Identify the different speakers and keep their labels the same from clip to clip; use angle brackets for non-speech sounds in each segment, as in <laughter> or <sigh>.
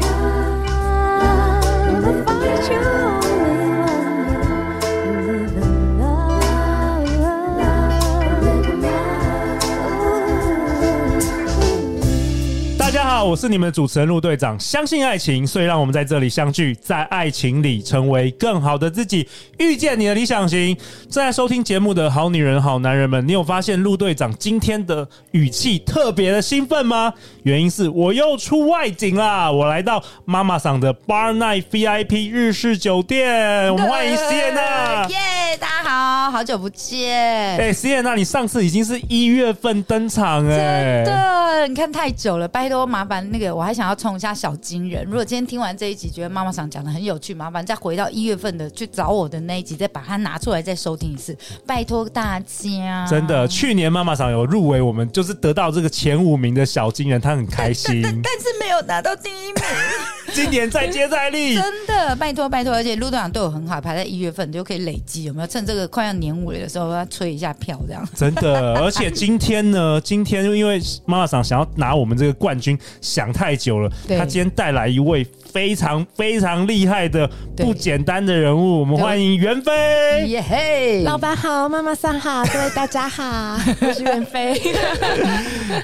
Speaker 1: Love, find your only one. Live in love, live in love.
Speaker 2: 大家好，我是你们的主持人陆队长。相信爱情，所以让我们在这里相聚，在爱情里成为更好的自己，遇见你的理想型。正在收听节目的好女人、好男人们，你有发现陆队长今天的语气特别的兴奋吗？原因是我又出外景啦，我来到妈妈桑的 Bar Night VIP 日式酒店，我们欢迎谢娜。
Speaker 3: 耶！大家好，好久不见。
Speaker 2: 哎，谢娜，你上次已经是一月份登场
Speaker 3: 真
Speaker 2: 哎、
Speaker 3: 的，你看太久了，拜托麻烦那个，我还想要冲一下小金人。如果今天听完这一集，觉得妈妈想讲的很有趣，麻烦再回到一月份的去找我的那一集，再把它拿出来再收听一次，拜托大家。
Speaker 2: 真的，去年妈妈桑有入围，我们就是得到这个前五名的小金人，他很开
Speaker 3: <laughs>
Speaker 2: 心。
Speaker 3: 但是没有拿到第一名，
Speaker 2: 今年再接再厉，
Speaker 3: 真的，拜托拜托，而且陆队长对我很好，排在一月份就可以累积，有没有？趁这个快要年尾的时候，要催一下票，这样
Speaker 2: 真的。而且今天呢，今天因为妈妈桑想要拿我们这个冠军，想太久了。
Speaker 3: 对
Speaker 2: 他今天带来一位非常非常厉害的、
Speaker 3: 对
Speaker 2: 不简单的人物，我们
Speaker 3: 对
Speaker 2: 欢迎袁飞。
Speaker 3: 耶嘿！
Speaker 4: 老板好，妈妈桑好，各位大家好，我是袁飞。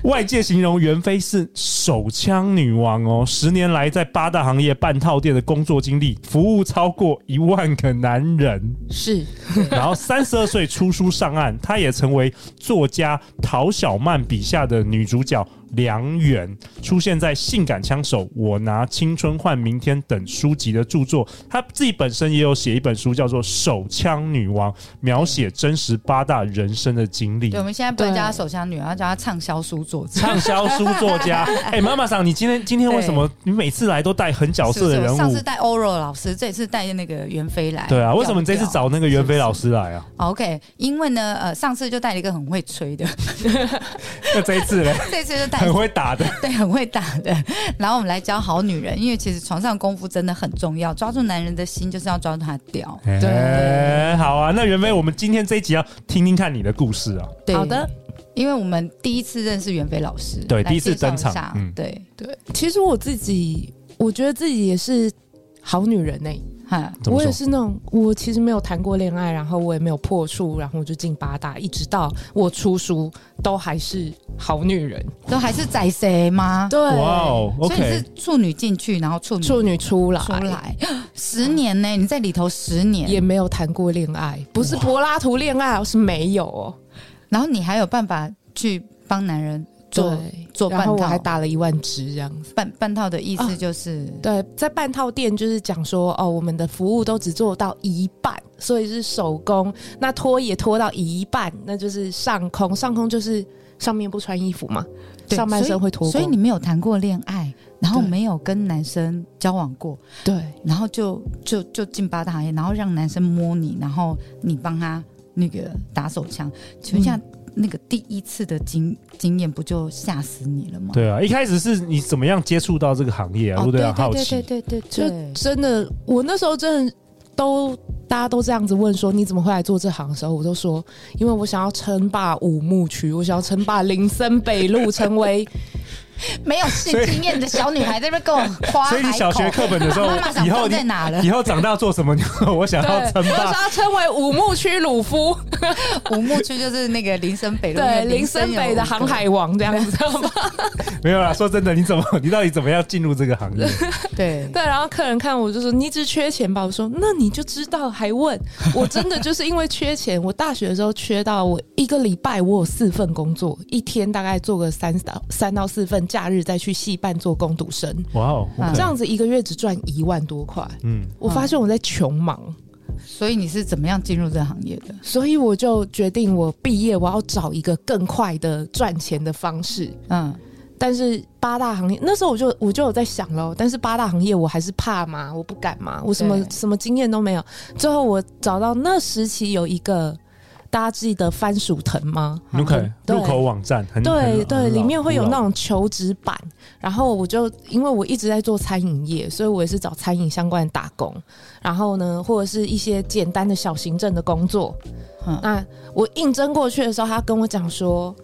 Speaker 2: 外界形容袁飞是手枪女王哦，十年来在八大行业半套店的工作经历，服务超过一万个男人。
Speaker 3: 是
Speaker 2: 然后三十二岁出书上岸，她也成为作家陶小曼笔下的女主角梁媛，出现在《性感枪手》《我拿青春换明天》等书籍的著作。她自己本身也有写一本书，叫做《手枪女王》，描写真实八大人生的经历
Speaker 3: 对，。我们现在不能
Speaker 4: 对
Speaker 3: 叫她手枪女王，要叫她畅销书作者。
Speaker 2: 畅销书作
Speaker 3: <laughs>
Speaker 2: 家，哎、妈妈桑，你今天今天为什么你每次来都带很角
Speaker 3: 是不
Speaker 2: 色的
Speaker 3: 是我
Speaker 2: 哦人
Speaker 3: 上
Speaker 2: 物
Speaker 3: 次？带欧若老师，这次带那个袁飞来。
Speaker 2: 对啊，为什么你这次
Speaker 3: 调
Speaker 2: 找那个袁飞老
Speaker 3: 是
Speaker 2: 师来
Speaker 3: <laughs>
Speaker 2: 啊？
Speaker 3: 不是？OK，因为呢，呃，上次就带了一个很会吹的， <laughs>
Speaker 2: 那这一次嘞，
Speaker 3: 这次就带
Speaker 2: 很会打的。
Speaker 3: 对很会打的。然后我们来教好女人，因为其实床上功夫真的很重要，抓住男人的心就是要抓住他的屌。
Speaker 2: 对、好啊，那袁飞，我们今天这一集要听听看你的故事啊。
Speaker 3: 对
Speaker 4: 好的，
Speaker 3: 因为我们第一次认识袁飞老师，
Speaker 2: 对
Speaker 3: 来
Speaker 2: 第一次
Speaker 3: 介绍
Speaker 2: 登场
Speaker 3: 一下
Speaker 2: 嗯
Speaker 3: 对，
Speaker 4: 对，其实我自己，我觉得自己也是好女人呢、
Speaker 3: 哈，
Speaker 2: 怎么
Speaker 4: 我
Speaker 2: 说
Speaker 4: 也是那种，我其实没有谈过恋爱，然后我也没有破处，然后我就进八大，一直到我出书，都还是好女人。
Speaker 3: 都还是宰谁吗？
Speaker 4: 对，
Speaker 2: 哇哦
Speaker 3: 所以你
Speaker 2: ，OK，
Speaker 3: 是处女进去，然后处女
Speaker 4: 处女出来
Speaker 3: 出来，十年呢？你在里头十年，
Speaker 4: 也没有谈过恋爱，不是柏拉图恋爱，是没有哦。
Speaker 3: 然后你还有办法去帮男人做
Speaker 4: 对，
Speaker 3: 做半
Speaker 4: 然后我
Speaker 3: 套
Speaker 4: 还打了啊一万支这样子。
Speaker 3: 半半套的意思就是，
Speaker 4: 对，在半套店就是讲说，哦，我们的服务都只做到一半，所以是手工。那拖也拖到一半，那就是上空，上空就是上面不穿衣服嘛，
Speaker 3: 对
Speaker 4: 上半身会脱
Speaker 3: 所以
Speaker 4: 光
Speaker 3: 你没有谈过恋爱，然后
Speaker 4: 对
Speaker 3: 没有跟男生交往过，
Speaker 4: 对
Speaker 3: 然后就就就进八大行业，然后让男生摸你，然后你帮他那个打手枪，请问一下。那个第一次的经经验不就吓死你了吗？
Speaker 2: 对啊，一开始是你怎么样接触到这个行业啊？
Speaker 3: 哦，
Speaker 2: 陆队
Speaker 3: 对
Speaker 2: 长
Speaker 3: 对
Speaker 2: 好
Speaker 3: 对对，
Speaker 2: 奇
Speaker 3: 对对
Speaker 4: 就
Speaker 3: 对，
Speaker 4: 真的，我那时候真的都大家都这样子问说，你怎么会来做这行的时候，我都说，因为我想要称霸五牧区，我想要称霸林森北路，成为
Speaker 3: 没有性经验的小女孩在那边跟我夸
Speaker 2: 所以你小学课本的时候
Speaker 3: 妈妈，想
Speaker 2: 以后
Speaker 3: 放
Speaker 2: 你
Speaker 3: 在哪了？
Speaker 2: 以后长大做什么？你 <laughs> 我想要称
Speaker 4: 我
Speaker 2: 霸。
Speaker 4: 想要称为五牧区鲁夫，
Speaker 3: 五牧区就是那个林森北路，那
Speaker 4: 对
Speaker 3: 个
Speaker 4: 林森
Speaker 3: 有
Speaker 4: 北的航海王这样子，知道吗？
Speaker 2: 没有啦，说真的，你怎么，你到底怎么样进入这
Speaker 3: <laughs>
Speaker 2: 个行业？
Speaker 3: 对
Speaker 4: 对，然后客人看我就说：“你只缺钱吧？”我说：“那你就知道，还问？我真的就是因为缺钱，我大学的时候缺到我一个礼拜我有四份工作，一天大概做个三到三到四份，假日再去戏办做工读生，
Speaker 2: 哇哦
Speaker 3: 啊
Speaker 2: ，OK，
Speaker 4: 这样子一个月只赚一万多块。
Speaker 2: 嗯，
Speaker 4: 我发现我在穷忙，
Speaker 3: 所以你是怎么样进入这个行业的？
Speaker 4: 所以我就决定我毕业我要找一个更快的赚钱的方式。
Speaker 3: 嗯，
Speaker 4: 但是八大行业那时候我就我就有在想喽，但是八大行业我还是怕嘛，我不敢嘛，我什么
Speaker 3: 对
Speaker 4: 什么经验都没有。最后我找到那时期有一个，大家记得番薯藤吗？
Speaker 2: 入口
Speaker 4: 对
Speaker 2: 入口网站很
Speaker 4: 对
Speaker 2: 很
Speaker 4: 对，
Speaker 2: 很老
Speaker 4: 里面会有
Speaker 2: 很
Speaker 4: 那
Speaker 2: 老
Speaker 4: 种求职版，然后我就因为我一直在做餐饮业，所以我也是找餐饮相关的打工，然后呢，或者是一些简单的小行政的工作，
Speaker 3: 嗯
Speaker 4: 那我应征过去的时候，他跟我讲说，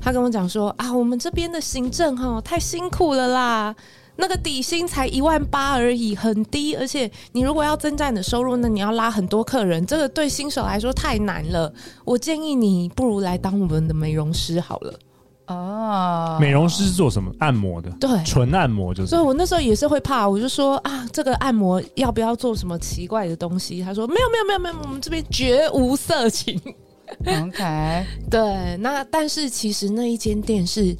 Speaker 4: 他跟我讲说啊，我们这边的行政哈太辛苦了啦。那个底薪才一万八而已，很低，而且你如果要增加你的收入，那你要拉很多客人，这个对新手来说太难了。我建议你不如来当我们的美容师好了。
Speaker 3: 哦，
Speaker 2: 美容师是做什么？按摩的，
Speaker 4: 对，
Speaker 2: 纯按摩就是
Speaker 4: 所以。我那时候也是会怕，我就说啊，这个按摩要不要做什么奇怪的东西？他说没有没有没有没有，我们这边绝无色情。
Speaker 3: OK，
Speaker 4: <laughs> 对，那但是其实那一间店是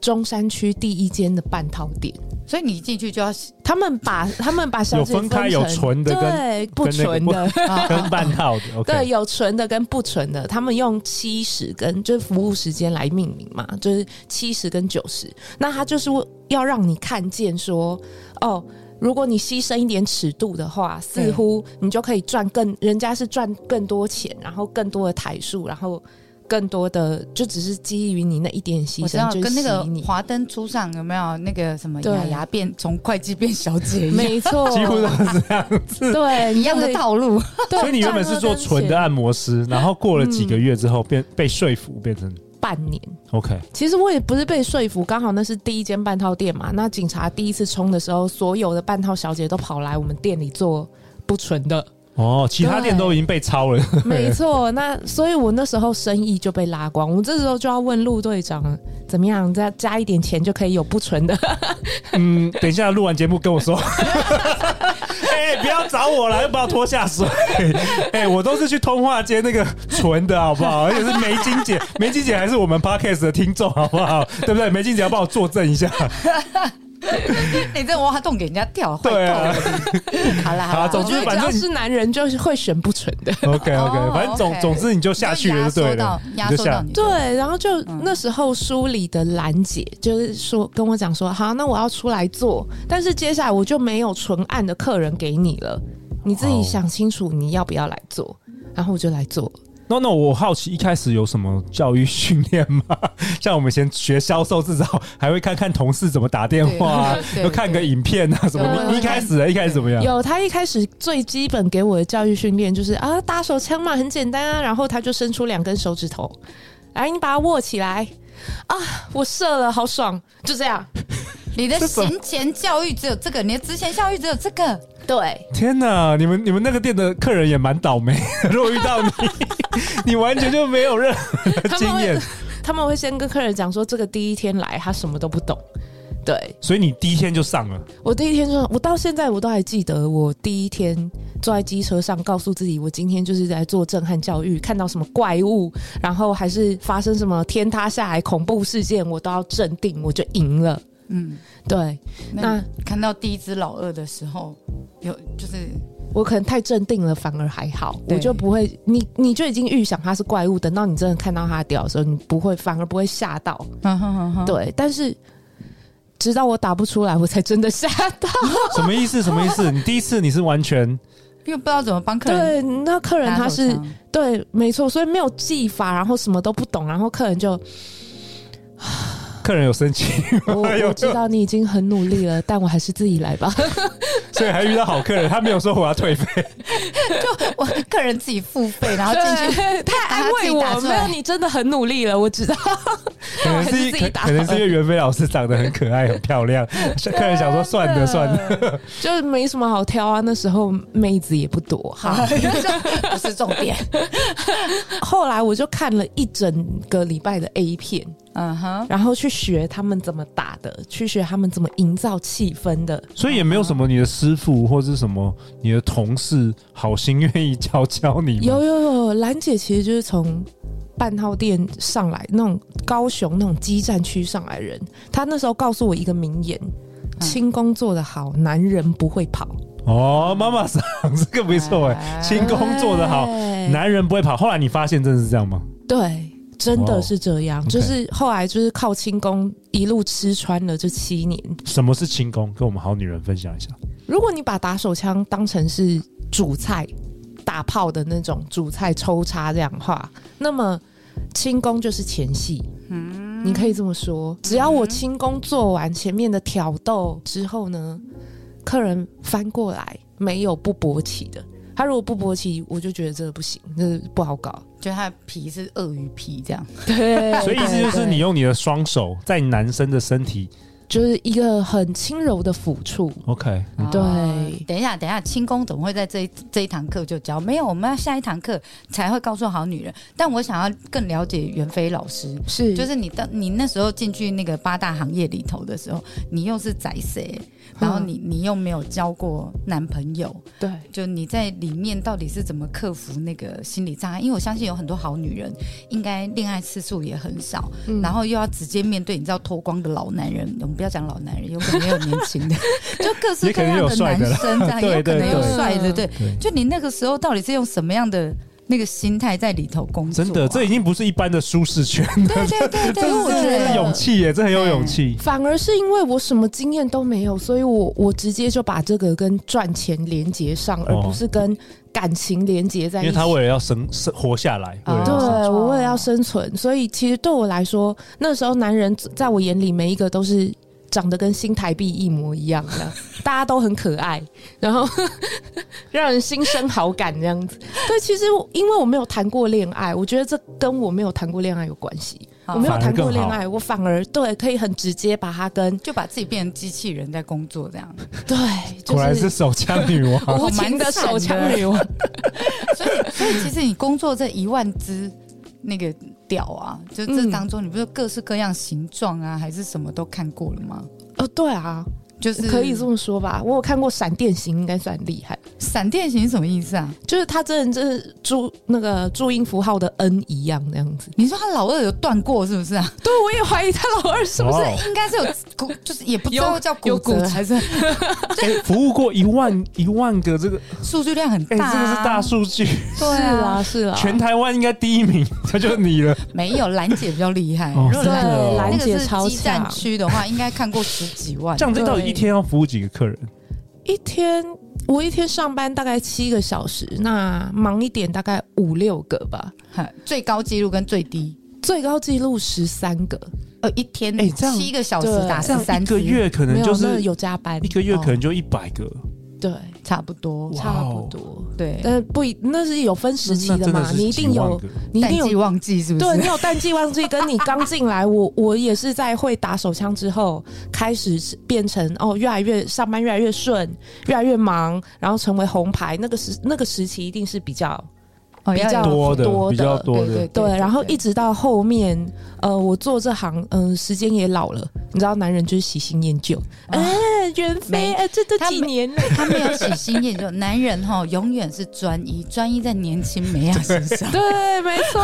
Speaker 4: 中山区第一间的半套店，
Speaker 3: 所以你进去就要
Speaker 2: <laughs>
Speaker 4: 他们把他们把小
Speaker 2: 有
Speaker 4: 姐
Speaker 2: 分开有
Speaker 4: 成
Speaker 2: 纯的跟
Speaker 4: 对不
Speaker 2: 跟那个
Speaker 4: 纯
Speaker 2: 不
Speaker 4: 的。
Speaker 3: 啊
Speaker 2: 跟半套的
Speaker 4: 对，
Speaker 2: ，OK，
Speaker 4: 有纯的跟不纯的，他们用七十跟就是服务时间来命名嘛，就是七十跟九十。那他就是要让你看见说，哦，如果你牺牲一点尺度的话，似乎你就可以赚更，人家是赚更多钱，然后更多的台数，然后更多的就只是基于你那一点牺
Speaker 3: 我知道
Speaker 4: 牲，就是
Speaker 3: 跟那个
Speaker 4: 洗你
Speaker 3: 华灯初上有没有那个什么
Speaker 4: 对
Speaker 3: 雅雅变从会计变小姐一样
Speaker 4: 没
Speaker 2: <laughs>
Speaker 4: 错，
Speaker 2: 几乎都是这样。 <laughs>
Speaker 4: 对
Speaker 3: 一样的，道路，
Speaker 4: 对
Speaker 2: 所以你原本是做纯的啊
Speaker 4: 赚二
Speaker 2: 按摩师，然后过了几个月之后变被说服变
Speaker 3: 嗯
Speaker 2: 成
Speaker 4: 跟钱半年。
Speaker 2: OK，
Speaker 4: 其实我也不是被说服，刚好那是第一间半套店嘛。那警察第一次冲的时候，所有的半套小姐都跑来我们店里做不纯的，
Speaker 2: 哦，其他店都已经被抄了，
Speaker 4: 没错。那所以我那时候生意就被拉光，我这时候就要问陆队长怎么样，再加一点钱就可以有不纯的。
Speaker 2: <laughs> 嗯，等一下录完节目跟我说。 <laughs> 哎、不要找我了，又不要拖下水。 <laughs> 哎、我都是去通化街那个纯的好不好？而且是梅金
Speaker 3: <laughs>
Speaker 2: 姐，梅金姐还是我们 podcast 的听众好不好？对不对？梅金姐要帮我作证一下。
Speaker 3: <laughs> 你哎这挖洞给人家跳，坏
Speaker 2: 对啊
Speaker 3: 透了你 <laughs> 好啦
Speaker 2: 好
Speaker 3: 好啦，
Speaker 2: 总
Speaker 4: <laughs> 我
Speaker 2: 之
Speaker 4: 觉得
Speaker 2: 反
Speaker 4: 只
Speaker 2: 正
Speaker 4: 要是男人，就是会选不纯的。
Speaker 2: OK OK，
Speaker 3: 哦
Speaker 2: 反正总
Speaker 3: OK
Speaker 2: 总之你就下去了就对了，
Speaker 3: 压
Speaker 2: 你
Speaker 3: 缩
Speaker 2: 就
Speaker 3: 到压缩
Speaker 2: 下
Speaker 3: 到你。
Speaker 4: 对，然后就
Speaker 3: 嗯
Speaker 4: 那时候书里的兰姐就是说跟我讲说，好，那我要出来做，但是接下来我就没有纯按的客人给你了，你自
Speaker 2: 哦
Speaker 4: 己想清楚你要不要来做。然后我就来做，
Speaker 2: No No，我好奇一开始有什么教育训练吗？ <laughs> 像我们以前学销售，至少还会看看同事怎么打电话、啊
Speaker 3: 对，对
Speaker 2: 又看个
Speaker 3: 对
Speaker 2: 影片啊什么。
Speaker 4: 有
Speaker 2: 你你一开始啊一开始怎么样？
Speaker 4: 有他一开始最基本给我的教育训练就是啊，打手枪嘛，很简单啊，然后他就伸出两根手指头，来，你把它握起来。啊！我射了，好爽，就这样。
Speaker 3: 你的
Speaker 2: 这种
Speaker 3: 行前教育只有这个，你的职前教育只有这个，
Speaker 4: 对，
Speaker 2: 天哪，你们你们那个店的客人也蛮倒霉的。 <laughs> 如果遇到你，你完全就没有任何
Speaker 4: 他们
Speaker 2: 经验
Speaker 4: 会，他们会先跟客人讲说，这个第一天来他什么都不懂。对，
Speaker 2: 所以你第一天就上了。
Speaker 4: 我第一天就，我到现在我都还记得，我第一天坐在机车上，告诉自己，我今天就是来做震撼教育，看到什么怪物，然后还是发生什么天塌下来恐怖事件，我都要镇定，我就赢了。
Speaker 3: 嗯，
Speaker 4: 对
Speaker 3: 那
Speaker 4: 那
Speaker 3: 看到第一只老二的时候，有就是
Speaker 4: 我可能太镇定了，反而还好，
Speaker 3: 对
Speaker 4: 我就不会，你你就已经预想它是怪物，等到你真的看到它掉的时候，你不会，反而不会吓到。
Speaker 3: 嗯
Speaker 4: 对，但是直到我打不出来，我才真的吓到。
Speaker 2: 什么意思？什么意思？你第一次你是完全
Speaker 3: 因为不知道怎么帮客人
Speaker 4: 对，那客人
Speaker 3: 打手
Speaker 4: 他
Speaker 3: <laughs>
Speaker 4: 是
Speaker 3: 枪
Speaker 4: 对，没错，所以没有技法，然后什么都不懂，然后客
Speaker 2: <laughs>
Speaker 4: 人就
Speaker 2: 客人有生气， <laughs>
Speaker 4: 我我知道你已经很努力了，但我还是自己来吧。
Speaker 2: 所以还遇到好客人，他没有说我要退费。
Speaker 3: 我客人自己付费，然后进去， <laughs>
Speaker 4: 对，他安慰
Speaker 3: 把它自己打出
Speaker 4: 我，没
Speaker 3: 来
Speaker 4: 有，你真的很努力了，我知道。
Speaker 2: 可能
Speaker 4: <laughs> 还
Speaker 2: 是
Speaker 4: 是自己
Speaker 2: 可
Speaker 4: 打
Speaker 2: 可能是因为袁飞老师长得很可爱、很漂亮，客人想说算了算了，
Speaker 3: 了，
Speaker 4: 就是没什么好挑啊，那时候妹子也不多。
Speaker 3: 好，这不是重点。
Speaker 4: 后来我就看了一整个礼拜的 A 片，
Speaker 3: 嗯哼，
Speaker 4: 然后去学他们怎么打的，去学他们怎么营造气氛的。
Speaker 2: 所以也没有什么你的师傅或是什么你的同事好心愿意教教你吗
Speaker 4: 有有有，兰姐其实就是从半套店上来，那种高雄那种基站区上来的人。她那时候告诉我一个名言：轻功做得好，男人不会跑。
Speaker 2: 哦，妈妈桑这个没错哎，
Speaker 3: 哎
Speaker 2: 轻功做得好，
Speaker 4: 哎
Speaker 2: 男人不会跑。后来你发现真的是这样吗？
Speaker 4: 对，真
Speaker 2: 哇哦
Speaker 4: 的是这样。
Speaker 2: OK
Speaker 4: 就是后来就是靠轻功一路吃穿了这七年。
Speaker 2: 什么是轻功？跟我们好女人分享一下。
Speaker 4: 如果你把打手枪当成是主菜、打炮的那种主菜抽插这样的话，那么轻功就是前戏。嗯，你可以这么说。只要我轻功做完前面的挑逗之后呢，客人翻过来没有不勃起的，他如果不勃起，我就觉得这个不行，这不好搞。
Speaker 3: 觉得他的皮是鳄鱼皮这样，
Speaker 4: 对，
Speaker 3: 哎
Speaker 2: 所以意思就是
Speaker 4: 对
Speaker 2: 你用你的双手在男生的身体
Speaker 4: <laughs>
Speaker 3: 哎
Speaker 4: 就是一个很轻柔的抚触，
Speaker 2: ，OK，
Speaker 4: 对
Speaker 3: 哦等一下，等一下，轻功怎么会在这一这一堂课就教？没有，我们要下一堂课才会告诉好女人。但我想要更了解袁飞老师，
Speaker 4: 是
Speaker 3: 就是你当你那时候进去那个八大行业里头的时候，你又是宰谁？然后你你又没有交过男朋友，
Speaker 4: 对
Speaker 3: 就你在里面到底是怎么克服那个心理障碍？因为我相信有很多好女人，应该恋爱次数也很少，然后又要直接面对你知道脱光的老男人，我们不要讲老男人，有可能也有年轻 <laughs> 的，就各式各样
Speaker 2: 也可能有
Speaker 3: 的
Speaker 2: 帅
Speaker 3: 男
Speaker 2: 的啦
Speaker 3: 生这样，也有可能有
Speaker 4: 对对对
Speaker 3: 帅的，对
Speaker 2: 对，
Speaker 3: 就你那个时候到底是用什么样的那个心态在里头工作啊、
Speaker 2: 真的，这已经不是一般的舒适圈了，
Speaker 3: 对对
Speaker 2: <laughs>
Speaker 3: 对
Speaker 2: 这
Speaker 3: 对，
Speaker 2: 是
Speaker 3: 我
Speaker 2: 这
Speaker 3: 觉
Speaker 2: 是
Speaker 3: 得
Speaker 2: 勇气耶，这很有勇气。
Speaker 4: 反而是因为我什么经验都没有，所以我我直接就把这个跟赚钱连接上，而不是跟感情连接在
Speaker 3: 哎
Speaker 2: 因
Speaker 4: 一
Speaker 2: 为
Speaker 4: 起。
Speaker 2: 他为了要生生活下来，为
Speaker 3: 啊
Speaker 2: 了
Speaker 4: 对
Speaker 2: 要生
Speaker 3: 没错
Speaker 4: 我为了要生存，所以其实对我来说，那时候男人在我眼里每一个都是长得跟新台币一模一样的， <laughs> 大家都很可爱，然后 <laughs> 让人心生好感这样子。对，其实我因为我没有谈过恋爱，我觉得这跟我没有谈过恋爱有关系。
Speaker 3: 好
Speaker 4: 我没有谈过
Speaker 2: 反而更
Speaker 4: 恋
Speaker 2: 好
Speaker 4: 爱，我反而对可以很直接把它跟
Speaker 3: 就把自己变成机器人在工作这样。
Speaker 4: 对，就
Speaker 2: 果然是手枪女王，
Speaker 4: 无情的手枪女王。
Speaker 3: 所以，所以其实你工作这一万只那个屌啊，就这当中，你不是各式各样形状啊，还是什么都看过了吗？
Speaker 4: 哦，对啊，
Speaker 3: 就是
Speaker 4: 可以这么说吧。我有看过闪电型，应该算厉害，
Speaker 3: 闪电型是什么意思啊？
Speaker 4: 就是他真的就是注那个注音符号的 N 一样那样子。
Speaker 3: 你说他老二有断过是不是啊？
Speaker 4: 对，我也怀疑他老二是不
Speaker 2: 哇
Speaker 4: 是？
Speaker 2: 哦！
Speaker 3: 应该是有骨，就是也不知
Speaker 4: 有
Speaker 3: 道叫骨
Speaker 4: 有骨
Speaker 3: 折
Speaker 4: 折
Speaker 3: 还是
Speaker 2: 哎，服务过一万一万个这个，
Speaker 3: 数据量很
Speaker 2: 哎，
Speaker 3: 大、啊，
Speaker 2: 这个是大数
Speaker 3: <laughs>
Speaker 2: 据，
Speaker 3: 对
Speaker 4: 是
Speaker 3: 啊，
Speaker 4: 啊，是啊，
Speaker 2: 全台湾应该第一名，这就是你
Speaker 4: <laughs>
Speaker 2: 了。
Speaker 3: 没有兰姐比较厉害，
Speaker 2: 哦
Speaker 3: 如果
Speaker 2: 真的哦
Speaker 3: 那
Speaker 4: 兰
Speaker 3: 个
Speaker 4: 姐
Speaker 3: 是
Speaker 4: 超
Speaker 3: 基站
Speaker 4: 强
Speaker 3: 区的话，应该看过十几万
Speaker 2: 这。样子到底一天要服务几个客人？
Speaker 4: 一天。我一天上班大概七个小时，那忙一点大概五六个吧，
Speaker 3: 哼最高纪录跟最低，
Speaker 4: 最高记录十三个，
Speaker 3: 呃，一天
Speaker 2: 哎这样
Speaker 3: 七个小时
Speaker 4: 对
Speaker 3: 打
Speaker 4: 这
Speaker 3: 十
Speaker 2: 这样
Speaker 3: 三
Speaker 2: 一个月可
Speaker 4: 没
Speaker 2: 能
Speaker 4: 有
Speaker 2: 就
Speaker 4: 那
Speaker 2: 是
Speaker 4: 有加班哦
Speaker 2: 一，个月可能就一百个，
Speaker 4: 对，
Speaker 3: 差不多，
Speaker 2: 哇
Speaker 4: 差
Speaker 2: 哦
Speaker 4: 不多。
Speaker 3: 对，
Speaker 4: 但不一那是有分时期
Speaker 2: 那真
Speaker 4: 嘛，
Speaker 2: 是
Speaker 4: 你一
Speaker 2: 几
Speaker 4: 定
Speaker 2: 万
Speaker 4: 有
Speaker 2: 个， <laughs>
Speaker 4: 你一
Speaker 3: 淡
Speaker 4: 定有
Speaker 3: 季旺季是不
Speaker 4: 对
Speaker 3: 是
Speaker 4: 你？有淡季旺季，跟你刚进来，我我也是在会打手枪之后，开始是变成哦，越来越上班越来越顺，越来越忙，然后成为红牌。那个时那个时期一定是比较
Speaker 3: 哦要
Speaker 4: 比较
Speaker 2: 多的
Speaker 4: 多的
Speaker 2: 比较多
Speaker 3: 对对，
Speaker 2: 的
Speaker 4: 对，然后一直到后面，呃，我做这行，嗯、时间也老了，你知道，男人就是喜新厌旧，哎、袁飞，
Speaker 3: 没
Speaker 4: 哎、这都
Speaker 3: 他
Speaker 4: 几
Speaker 3: 没
Speaker 4: 年了，
Speaker 3: 他没有喜新厌旧，男人
Speaker 2: <laughs>
Speaker 3: 哈永远是专一，专一在年轻美亚身上。
Speaker 4: 对，没错，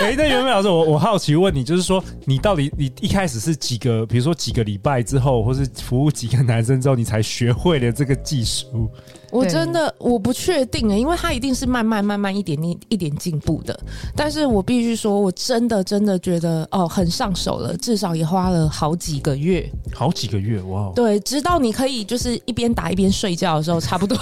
Speaker 2: 哎，那袁美老师，我我好奇问你，就是说你到底你一开始是几个，比如说几个礼拜之后，或是服务几个男生之后，你才学会了这个技术？
Speaker 4: 我
Speaker 3: 对
Speaker 4: 真的我不确定欸因为他一定是慢慢慢慢一点一一点进步的。但是我必须说，我真的真的觉得哦，很上手了，至少也花了好几个月。
Speaker 2: 好几个月哇哦，
Speaker 4: 对，直到你可以就是一边打一边睡觉的时候，差不多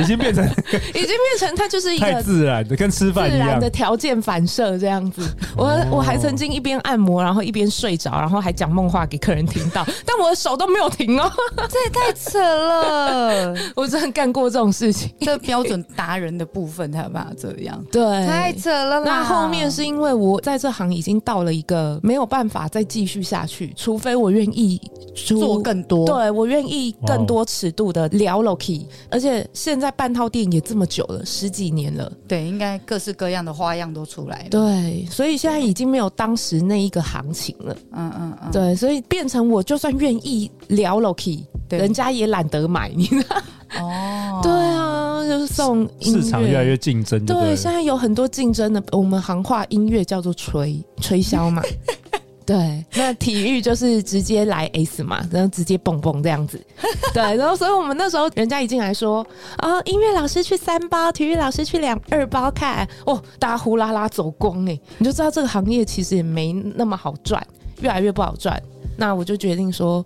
Speaker 2: 已经变成
Speaker 4: 已经变成它 <laughs> 就是一
Speaker 2: 太
Speaker 4: 个
Speaker 2: 自然的，跟吃
Speaker 4: 自
Speaker 2: 饭一
Speaker 4: 然
Speaker 2: 样
Speaker 4: 的。条件反射这样子。我、我还曾经一边按摩，然后一边睡着，然后还讲梦话给客人听到，但我的手都没有停哦。
Speaker 3: 这也 <laughs> 太扯了，
Speaker 4: 我真的干过这种事情。
Speaker 3: <laughs> 这标准达人的部分才有办法这样，
Speaker 4: 对，
Speaker 3: 太扯了啦。
Speaker 4: 那后面是因为我在这行已经到了一个没有办法再继续下去，除非我愿意出
Speaker 3: 做更多，
Speaker 4: 对我愿意更多尺度的聊 Loki，而且现在半套店也这么久了，十几年了，
Speaker 3: 对，应该各式各样的花样都出来了。
Speaker 4: 对，所以现在已经没有当时那一个行情了，
Speaker 3: 嗯嗯嗯，
Speaker 4: 对，所以变成我就算愿意聊 Loki，
Speaker 3: 对
Speaker 4: 人家也懒得买，你知道？
Speaker 3: 哦，
Speaker 4: <laughs> 对啊，就是送音乐
Speaker 2: 市场越来越竞争，对不
Speaker 4: 对，
Speaker 2: 对？
Speaker 4: 现在有很多竞争的，我们行话音乐叫做吹吹箫嘛。对，那体育就是直接来 S 嘛，然后直接蹦蹦这样子。对，然后所以我们那时候人家一进来说，啊、音乐老师去三包，体育老师去两二包看，哦，大家呼啦啦走光哎、你就知道这个行业其实也没那么好赚，越来越不好赚。那我就决定说，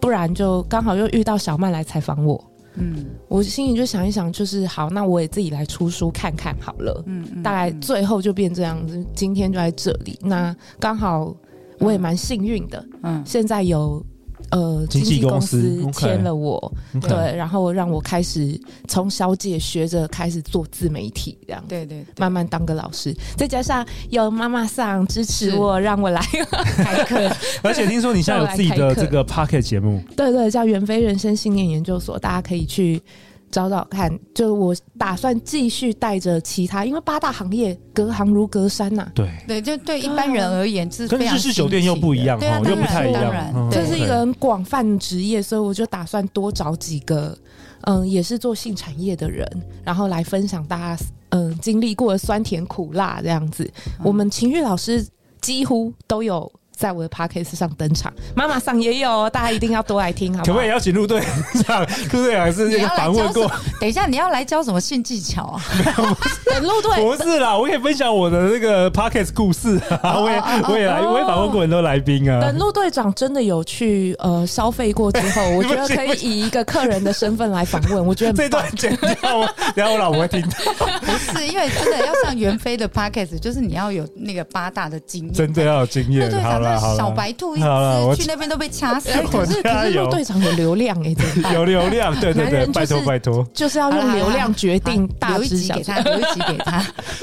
Speaker 4: 不然就刚好又遇到小曼来采访我，
Speaker 3: 嗯
Speaker 4: 我心里就想一想，就是好，那我也自己来出书看看好了。
Speaker 3: 嗯嗯，
Speaker 4: 大概
Speaker 3: 嗯
Speaker 4: 最后就变这样子，今天就在这里。那刚好我也蛮幸运的，
Speaker 3: 嗯
Speaker 4: 现在有呃
Speaker 2: 经纪
Speaker 4: 纪
Speaker 2: 公
Speaker 4: 公
Speaker 2: 司
Speaker 4: 司
Speaker 2: OK
Speaker 4: 签了我，
Speaker 2: OK
Speaker 4: 对，然后让我开始从小姐学着开始做自媒体这样子。
Speaker 3: 对对，
Speaker 4: 慢慢当个老师，再加上有妈妈桑支持
Speaker 3: 是
Speaker 4: 我，让我来 <laughs> 开课。
Speaker 2: 而且听说你现在有自己的这个 Pocket 节目，
Speaker 4: 对对，叫袁飞人生信念研究所，大家可以去找找看。就我打算继续带着其他，因为八大行业隔行如隔山呐、
Speaker 2: 对，
Speaker 3: 对，就对一啊般人而言是
Speaker 2: 跟
Speaker 3: 非常
Speaker 2: 日式酒店又不一样
Speaker 3: 对啊
Speaker 2: 哈，
Speaker 3: 当
Speaker 2: 又
Speaker 3: 然
Speaker 2: 不太一
Speaker 4: 当
Speaker 2: 样
Speaker 3: 然，
Speaker 2: 嗯
Speaker 4: 这
Speaker 3: 对
Speaker 2: <laughs>
Speaker 4: 是一个很广泛职业，所以我就打算多找几个，嗯，也是做性产业的人，然后来分享大家嗯经历过的酸甜苦辣这样子。我们情欲老师几乎都有。在我的 podcast 上登场，妈妈上也有哦，大家一定要多来听，好
Speaker 2: 可
Speaker 4: 不
Speaker 2: 不
Speaker 4: 好
Speaker 2: 可以？邀请陆队长？陆队长是
Speaker 3: 你
Speaker 2: 这个
Speaker 3: 要来
Speaker 2: 访问
Speaker 3: 教什
Speaker 2: 过
Speaker 3: 么，？等一下，你要来教什么性技巧啊？
Speaker 4: 等陆队
Speaker 2: 不是啦，我可以分享我的那个 Pocket 故事啊，我也我也来，
Speaker 4: 哦
Speaker 2: 我也访问过很多来宾啊
Speaker 4: 等。陆队长真的有去呃消费过之后，我觉得可以以一个客人的身份来访问，我觉得
Speaker 2: 这
Speaker 4: 很棒
Speaker 2: 段剪掉，我然后我老婆会听到，
Speaker 3: 不是，因为真的要上袁飞的 podcast，就是你要有那个八大的经验。
Speaker 2: 真的要有经
Speaker 3: 陆
Speaker 2: 验。
Speaker 3: 队
Speaker 2: 好
Speaker 3: 长
Speaker 2: 了
Speaker 3: 那
Speaker 2: 好
Speaker 3: 小
Speaker 2: 了，
Speaker 3: 白兔一
Speaker 2: 好啦我
Speaker 3: 只，去那边都被掐死
Speaker 4: 哎。可
Speaker 3: 了。
Speaker 4: 是
Speaker 2: 加
Speaker 4: 可是
Speaker 2: 油
Speaker 4: 陆队长有流量哎、怎么办
Speaker 2: 有流量，对对
Speaker 4: 男
Speaker 2: 对
Speaker 4: 人，就
Speaker 2: 拜
Speaker 4: 是
Speaker 2: 托拜托。
Speaker 4: 就是要用流量决定大
Speaker 3: 留一
Speaker 4: 致
Speaker 3: 集
Speaker 4: 小
Speaker 3: 给。他，留一集给他。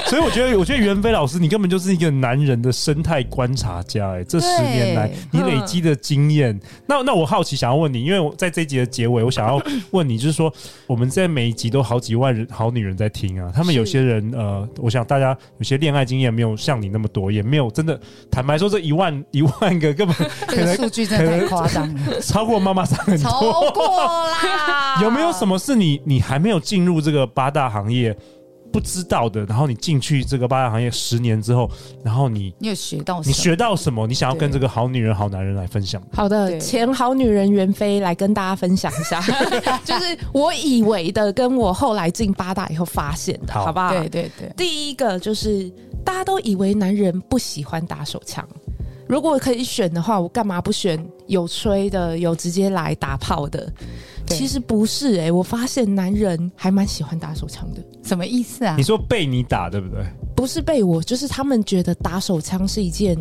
Speaker 2: 所以我觉得，我觉得袁飞老师，你根本就是一个男人的生态观察家、哎，这
Speaker 3: 对
Speaker 2: 十年来你累积的经验，那那我好奇想要问你，因为我在这一集的结尾，我想要问你，就是说我们在每一集都好几万人好女人在听啊，他们有些人呃，我想大家有些恋爱经验没有像你那么多，也没有真的坦白说，这一万一万个根本 <laughs>
Speaker 3: 这
Speaker 2: 可
Speaker 3: 个
Speaker 2: 能
Speaker 3: 数据真的太夸张了，
Speaker 2: 超过妈妈桑很
Speaker 3: 超
Speaker 2: 多。。
Speaker 3: 过啦
Speaker 2: 有没有什么是你你还没有进入这个八大行业不知道的？然后你进去这个八大行业十年之后，然后你
Speaker 3: 你有学到什
Speaker 2: 你
Speaker 3: 么？
Speaker 2: 学到什么？你想要跟
Speaker 3: 对
Speaker 2: 这个好女人、好男人来分享？
Speaker 4: 好的，
Speaker 3: 对
Speaker 4: 前好女人袁飞来跟大家分享一
Speaker 3: <laughs>
Speaker 4: 下，就是我以为的，跟我后来进八大以后发现的，
Speaker 2: 好
Speaker 4: 好不好？
Speaker 3: 对对对，
Speaker 4: 第一个就是大家都以为男人不喜欢打手枪，如果可以选的话，我干嘛不选有吹的，有直接来打炮的？
Speaker 3: 对
Speaker 4: 其实不是诶、我发现男人还蛮喜欢打手枪的，
Speaker 3: 什么意思啊
Speaker 2: 你？说被你打，对不对？
Speaker 4: 不是被我，就是他们觉得打手枪是一件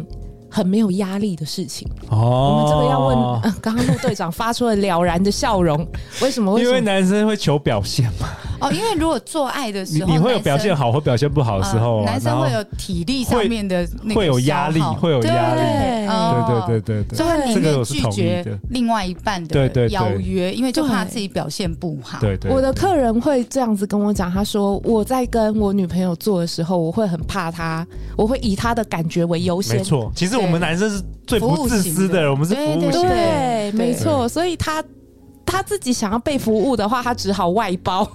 Speaker 4: 很没有压力的事情。
Speaker 2: 哦
Speaker 4: 我们这个要问，呃刚刚陆队长发出了了然的
Speaker 2: <laughs>
Speaker 4: 笑容，为什么？为
Speaker 2: 因为
Speaker 4: 什么？
Speaker 2: 男生会求表现嘛，
Speaker 3: 哦，因为如果做爱的
Speaker 2: 你
Speaker 3: 时候，
Speaker 2: 你会有表
Speaker 3: 男生
Speaker 2: 现好或表现不好的时候
Speaker 3: 呃
Speaker 2: 啊，
Speaker 3: 男生会
Speaker 2: 然
Speaker 3: 有体力上面的那个
Speaker 2: 会有压力
Speaker 3: 消耗
Speaker 2: 会有压力
Speaker 4: 对呃
Speaker 2: 后对对
Speaker 3: 对。
Speaker 2: 对对
Speaker 3: 所
Speaker 2: 对
Speaker 3: 以他宁
Speaker 2: 这个
Speaker 3: 愿
Speaker 2: 我是
Speaker 3: 拒
Speaker 2: 同意的
Speaker 3: 绝另外一半
Speaker 2: 对对
Speaker 3: 的
Speaker 2: 对
Speaker 3: 邀约，因为就怕
Speaker 4: 对
Speaker 3: 自己表现不好。
Speaker 2: 对对，
Speaker 4: 我的
Speaker 2: 对
Speaker 4: 客人会这样子跟我讲，他说我在跟我女朋友做的时候，我会很怕她，我会以她的感觉为优先
Speaker 2: 没。错。其实我们
Speaker 3: 对
Speaker 2: 男生是最不自私
Speaker 3: 服务型
Speaker 2: 的，
Speaker 3: 的
Speaker 2: 我们是服务
Speaker 3: 对对
Speaker 2: 型的。
Speaker 4: 对，没错，所以他。他自己想要被服务的话，他只好外包。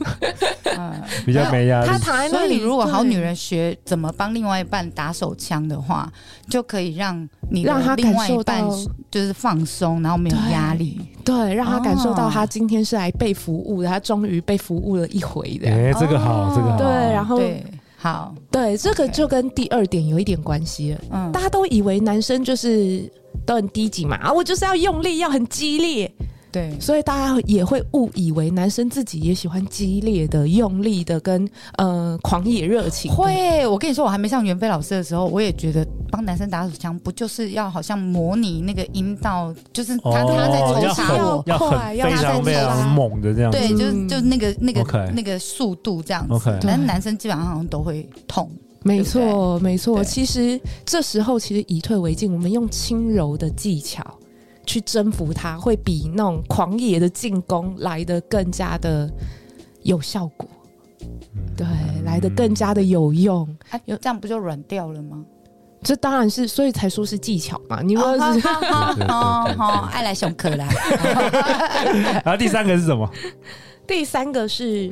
Speaker 3: 嗯，
Speaker 2: 比较没压力
Speaker 4: 他。躺在
Speaker 3: 所
Speaker 4: 那
Speaker 3: 以
Speaker 4: 里，
Speaker 3: 如果好女
Speaker 4: 对，
Speaker 3: 人学怎么帮另外一半打手枪的话，就可以让你的
Speaker 4: 让她
Speaker 3: 另
Speaker 4: 感
Speaker 3: 外一
Speaker 4: 受
Speaker 3: 半
Speaker 4: 到，
Speaker 3: 就是放松，然后没有压力。
Speaker 4: 对，让他感受到
Speaker 3: 哦
Speaker 4: 他今天是来被服务的，他终于被服务了一回的。
Speaker 2: 哎，这个好，
Speaker 3: 哦
Speaker 2: 这个好。
Speaker 4: 对，然后
Speaker 3: 对，好，
Speaker 4: 对这个
Speaker 3: OK
Speaker 4: 就跟第二点有一点关系了。
Speaker 3: 嗯
Speaker 4: 大，家都以为男生就是都很低级嘛，啊，我就是要用力，要很激烈，
Speaker 3: 对，
Speaker 4: 所以大家也会误以为男生自己也喜欢激烈的、用力的跟呃狂野热情的。
Speaker 3: 会，我跟你说，我还没上袁飞老师的时候，我也觉得帮男生打手枪不就是要好像模拟那个阴道，就是他、
Speaker 2: 哦
Speaker 3: 他在抽
Speaker 2: 要
Speaker 3: 插
Speaker 2: 很
Speaker 3: 我，
Speaker 2: 要
Speaker 4: 快
Speaker 2: 很
Speaker 4: 要
Speaker 2: 非
Speaker 3: 他在
Speaker 2: 常非
Speaker 3: 抽
Speaker 2: 常
Speaker 3: 插
Speaker 2: 猛的这样子。
Speaker 3: 对，就是
Speaker 4: 嗯
Speaker 3: 就是那个那个
Speaker 2: OK
Speaker 3: 那个速度这样子。
Speaker 2: OK
Speaker 3: 但是男生基本上好像都会痛，
Speaker 4: 没错，没错。
Speaker 3: 对
Speaker 4: 其实这时候其实以退为进，我们用轻柔的技巧去征服他，会比那种狂野的进攻来的更加的有效果。
Speaker 3: 嗯
Speaker 4: 对，来的更加的有用，
Speaker 3: 啊，这样不就软掉了吗？
Speaker 4: 这当然是，所以才说是技巧嘛。你如
Speaker 3: 啊
Speaker 2: <laughs>
Speaker 4: 果是、
Speaker 3: 好
Speaker 2: 对对对
Speaker 3: 好
Speaker 2: 对
Speaker 3: 好，哦爱来熊可
Speaker 4: <laughs>
Speaker 3: 来，
Speaker 2: 然啊后第三个是 <laughs> 什么？
Speaker 4: 第三个是，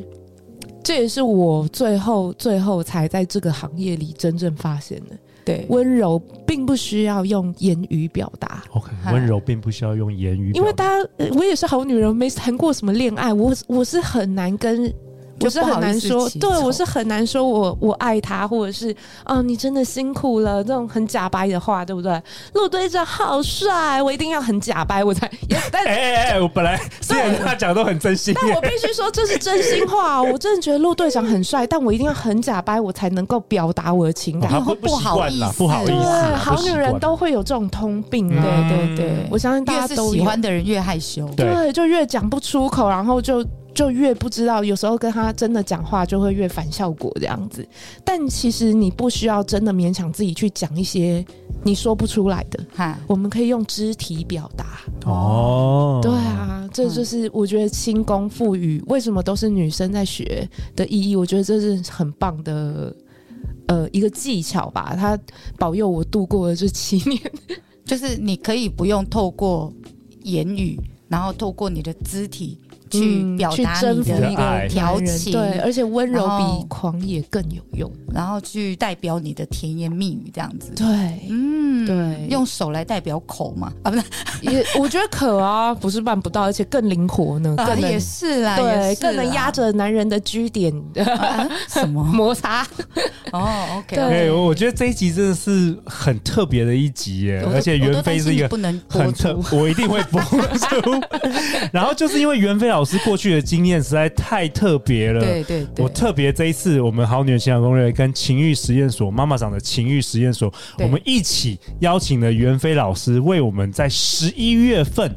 Speaker 4: 这也是我最后最后才在这个行业里真正发现的，
Speaker 3: 对，
Speaker 4: 温柔并不需要用言语表达。
Speaker 2: OK，温柔并不需要用言语表达，
Speaker 4: 因为大家，呃我也是好女人，没谈过什么恋爱，我我是很难跟我是
Speaker 3: 就不
Speaker 4: 很
Speaker 3: 好意
Speaker 4: 难
Speaker 3: 思
Speaker 4: 说，
Speaker 3: 起
Speaker 4: 对
Speaker 3: 头
Speaker 4: 我是很难说我我爱他，或者是啊你真的辛苦了这种很假白的话，对不对？陆队长好帅，我一定要很假白我才。也但
Speaker 2: 哎哎哎，我本来之前他讲都很真心
Speaker 4: 但我
Speaker 2: 耶，
Speaker 4: 必须说，这是真心话哦、我真的觉得陆队长很帅，但我一定要很假掰，我才能够表达我的情感。
Speaker 2: 他
Speaker 3: 你会
Speaker 2: 啊
Speaker 3: 不
Speaker 2: 不习
Speaker 3: 好
Speaker 2: 惯
Speaker 3: 意
Speaker 2: 啦
Speaker 3: 思啊
Speaker 2: 不好意
Speaker 4: 对
Speaker 2: 思啦，，
Speaker 4: 好
Speaker 2: 不习
Speaker 4: 女
Speaker 2: 惯
Speaker 4: 人都会有这种通病，对
Speaker 2: 嗯
Speaker 4: 对对，我相信大
Speaker 3: 越
Speaker 4: 家
Speaker 3: 是
Speaker 4: 都
Speaker 3: 喜
Speaker 4: 有
Speaker 3: 欢的人越害羞。
Speaker 2: 对
Speaker 4: 对，就越讲不出口，然后就就越不知道，有时候跟他真的讲话就会越反效果这样子。但其实你不需要真的勉强自己去讲一些你说不出来的，
Speaker 3: 哈，
Speaker 4: 我们可以用肢体表达。
Speaker 2: 哦，
Speaker 4: 对啊，这就是我觉得轻功赋予为什么都是女生在学的意义，我觉得这是很棒的。呃，一个技巧吧，它保佑我度过了这七年。
Speaker 3: 就是你可以不用透过言语，然后透过你的肢体去
Speaker 4: 嗯
Speaker 3: 表
Speaker 4: 去
Speaker 3: 达
Speaker 4: 征
Speaker 3: 你
Speaker 4: 服
Speaker 2: 你
Speaker 3: 的，
Speaker 2: 的爱
Speaker 3: 调
Speaker 4: 男人
Speaker 3: 情
Speaker 4: 对，而且温柔
Speaker 3: 然后
Speaker 4: 比狂野更有用。
Speaker 3: 然后去代表你的甜言蜜语这样子。
Speaker 4: 对，
Speaker 3: 嗯，
Speaker 4: 对
Speaker 3: 用手来代表口嘛，啊，不是，
Speaker 4: 也我觉得可啊，不是办不到，而且更灵活呢，
Speaker 3: <laughs> 啊
Speaker 4: 更能、
Speaker 3: 也是啦，也
Speaker 4: 对，
Speaker 3: 是啊
Speaker 4: 更能
Speaker 3: 啦
Speaker 4: 压着男人的据点
Speaker 2: 嗯
Speaker 3: 啊什么？ <laughs>
Speaker 4: 摩擦。
Speaker 3: 哦，OK，
Speaker 4: 对
Speaker 2: 哎，我觉得这一集真的是很特别的一集耶，
Speaker 3: 我都
Speaker 2: 而且
Speaker 3: 我
Speaker 2: 袁
Speaker 3: 都担
Speaker 2: 飞
Speaker 3: 心
Speaker 2: 是一
Speaker 3: 你
Speaker 2: 个
Speaker 3: 不能播
Speaker 2: 很特
Speaker 3: 出，，
Speaker 2: 我一定会播出。 <laughs> 然后就是因为袁飞老师过去的经验实在太特别了，
Speaker 3: 对对对，
Speaker 2: 我特别这一次我们好女人情感攻略跟情欲实验所妈妈长的情欲实验所，
Speaker 3: 对
Speaker 2: 我们一起邀请了袁飞老师为我们在十一月份。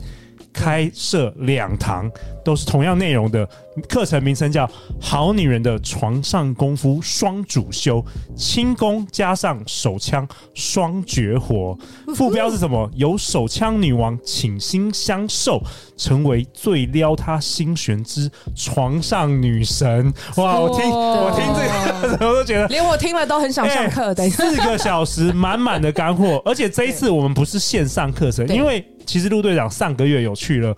Speaker 2: 开设两堂都是同样内容的课程，名称叫《好女人的床上功夫双主修》，轻功加上手枪双绝活，副标是什么？由手枪女王倾心相授，成为最撩她心弦之床上女神。哇！我听
Speaker 4: 哦
Speaker 2: 我听
Speaker 4: <laughs>
Speaker 2: 这 <laughs> 个的时候都觉得。
Speaker 4: 连我听了都很想上课。等一下，
Speaker 2: 哎四个小时满满的干货，
Speaker 3: <laughs>
Speaker 2: 而且这一次我们不是线上课程，
Speaker 3: 对嗯
Speaker 2: 因为其实陆队长上个月有去了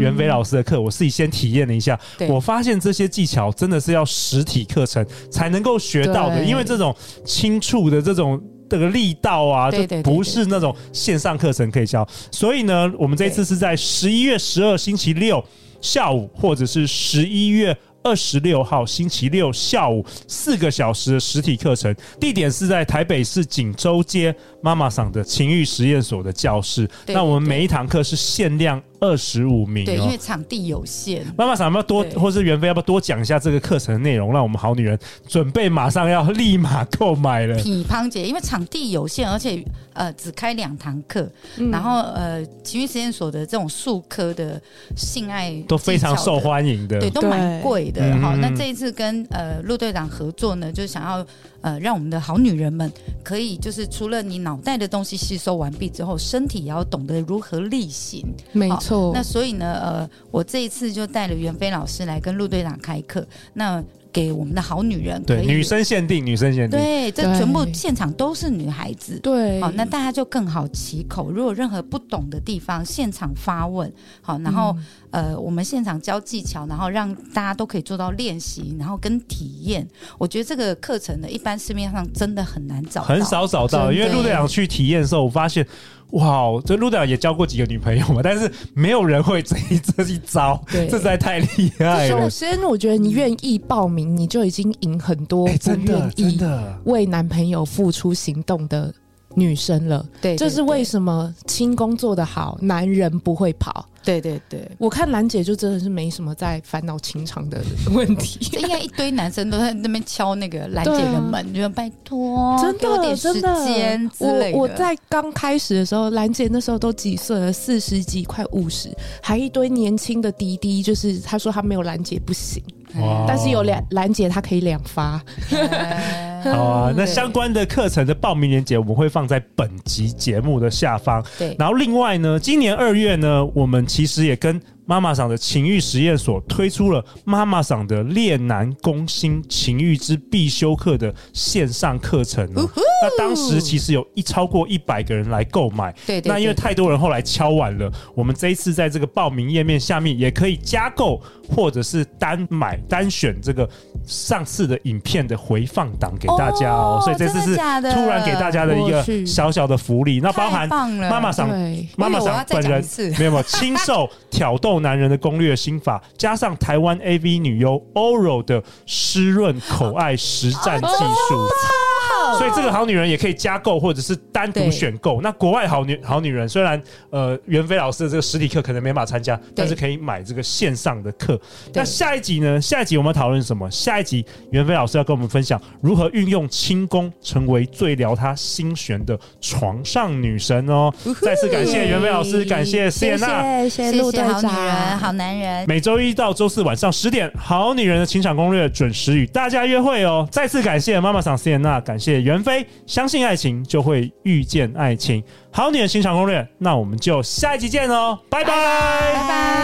Speaker 2: 袁飞老师的课，我自己先体验了一下，
Speaker 3: 对
Speaker 2: 我发现这些技巧真的是要实体课程才能够学到的，
Speaker 4: 对
Speaker 2: 因为这种轻触的这种。这个力道啊，
Speaker 3: 对
Speaker 2: 就
Speaker 3: 对对
Speaker 2: 不是那种线上课程可以教，所以呢，我们这次是在十一月十二星期六下午，或者是十一月二十六号星期六下午四个小时的实体课程，地点是在台北市锦州街妈妈桑的情欲实验所的教室。
Speaker 3: 对
Speaker 2: 那我
Speaker 3: 对
Speaker 2: 们每一堂课是限量二十五名
Speaker 3: 对，因
Speaker 2: 哦
Speaker 3: 为。场地有限，
Speaker 2: 妈妈桑要不要多，
Speaker 3: 对
Speaker 2: 或是袁飞要不要多讲一下这个课程的内容，让我们好女人准备马上要立马购买了。
Speaker 3: 匹胖姐，因为场地有限，而且呃只开两堂课，然后呃情欲实验所的这种术科的性爱
Speaker 2: 都非常
Speaker 3: 技巧
Speaker 2: 受
Speaker 3: 的
Speaker 2: 欢迎的，
Speaker 3: 对，都蛮贵的
Speaker 2: 对。
Speaker 3: 好，
Speaker 2: 嗯
Speaker 3: 那这一次跟呃陆队长合作呢，就想要呃让我们的好女人们可以就是除了你脑袋的东西吸收完毕之后，身体也要懂得如何力行。
Speaker 4: 没错
Speaker 3: 那所以呢，呃，我这一次就带了袁飞老师来跟陆队长开课，那给我们的好女人可
Speaker 2: 对
Speaker 3: 以
Speaker 2: 女生限定，女生限定，
Speaker 3: 对，这
Speaker 4: 对
Speaker 3: 全部现场都是女孩子。
Speaker 4: 对，
Speaker 3: 好，那大家就更好起口。如果有任何不懂的地方，现场发问。好，然后、
Speaker 4: 嗯
Speaker 3: 呃，我们现场教技巧，然后让大家都可以做到练习，然后跟体验。我觉得这个课程呢，一般市面上真的很难找到，
Speaker 2: 很少找到。
Speaker 3: 真的
Speaker 2: 因为陆队长去体验的时候，我发现。哇，这陆队长也交过几个女朋友嘛，但 <laughs> 是没有人会这一这一招，
Speaker 4: 对
Speaker 2: 这实在太厉害了
Speaker 4: 首。先，我觉得你愿意报名，你就已经赢很多
Speaker 2: 哎、
Speaker 4: 不
Speaker 2: 真的
Speaker 4: 愿
Speaker 2: 真
Speaker 4: 意
Speaker 2: 的，
Speaker 4: 为男朋友付出行动的女生了。
Speaker 3: 对，对
Speaker 4: 这是为
Speaker 3: 对
Speaker 4: 什么轻功做得好，男人不会跑。
Speaker 3: 对对对，
Speaker 4: 我看兰姐就真的是没什么在烦恼情场的问题，
Speaker 3: 这应该一堆男生都在那边敲那个兰姐
Speaker 4: 对啊
Speaker 3: 的门，就说拜托，
Speaker 4: 真
Speaker 3: 哦给我点
Speaker 4: 的
Speaker 3: 时
Speaker 4: 真的
Speaker 3: 间。之类的。
Speaker 4: 我我在刚开始的时候，兰姐那时候都几岁了，四十几快五十，还一堆年轻的滴滴，就是她说她没有兰姐不行，
Speaker 2: 哇
Speaker 4: 但是有两兰姐她可以两发。
Speaker 3: 哎
Speaker 2: <laughs> 好啊，
Speaker 3: <laughs>
Speaker 2: 那
Speaker 3: 对
Speaker 2: 相关的课程的报名链接我们会放在本集节目的下方。
Speaker 3: 对
Speaker 2: 然后另外呢，今年二月呢，我们其实也跟妈妈桑的情欲实验所推出了妈妈桑的恋男攻心情欲之必修课的线上课程、哦。那当时其实有一超过一百个人来购买，
Speaker 3: 对对
Speaker 2: 那因为
Speaker 3: 对
Speaker 2: 太多人后来敲碗了，我们这一次在这个报名页面下面也可以加购或者是单买单选这个上次的影片的回放档给大家哦，
Speaker 3: 哦
Speaker 2: 所以这次
Speaker 3: 真
Speaker 2: 是
Speaker 3: 的假的
Speaker 2: 突然给大家的一
Speaker 4: 我
Speaker 2: 个
Speaker 4: 去
Speaker 2: 小小的福利，那包含
Speaker 3: 太棒了哎
Speaker 2: 妈妈桑
Speaker 4: 对
Speaker 2: 妈妈
Speaker 3: 我以为我
Speaker 2: 桑
Speaker 3: 要再
Speaker 2: 本
Speaker 3: 讲一
Speaker 2: 人
Speaker 3: 次
Speaker 2: 没有没有亲手挑逗瘦男人的攻略心法，加上台湾 AV 女优 Oro 的湿润口爱实战技
Speaker 3: 哦
Speaker 1: 哦
Speaker 2: 术，所以这个好女人也可以加购或者是单独
Speaker 3: 对
Speaker 2: 选购。那国外好女好女人虽然呃袁飞老师的这个实体课可能没办法参加，但是可以买这个线上的课。那下一集呢？下一集我们要讨论什么？下一集袁飞老师要跟我们分享如何运用轻功成为最撩她心弦的床上女神哦。再次感谢袁飞老师，感谢谢
Speaker 1: 谢
Speaker 2: 娜。
Speaker 1: 谢谢
Speaker 3: 谢
Speaker 1: 陆
Speaker 3: 谢
Speaker 1: 队
Speaker 3: 好女人、
Speaker 1: 长，
Speaker 3: 好男人，
Speaker 2: 每周一到周四晚上十点，《好女人的情场攻略》准时与大家约会哦！再次感谢妈妈桑斯妍娜，感谢袁飞，相信爱情就会遇见爱情，《好女人情场攻略》，那我们就下一集见哦，拜拜
Speaker 3: 拜拜。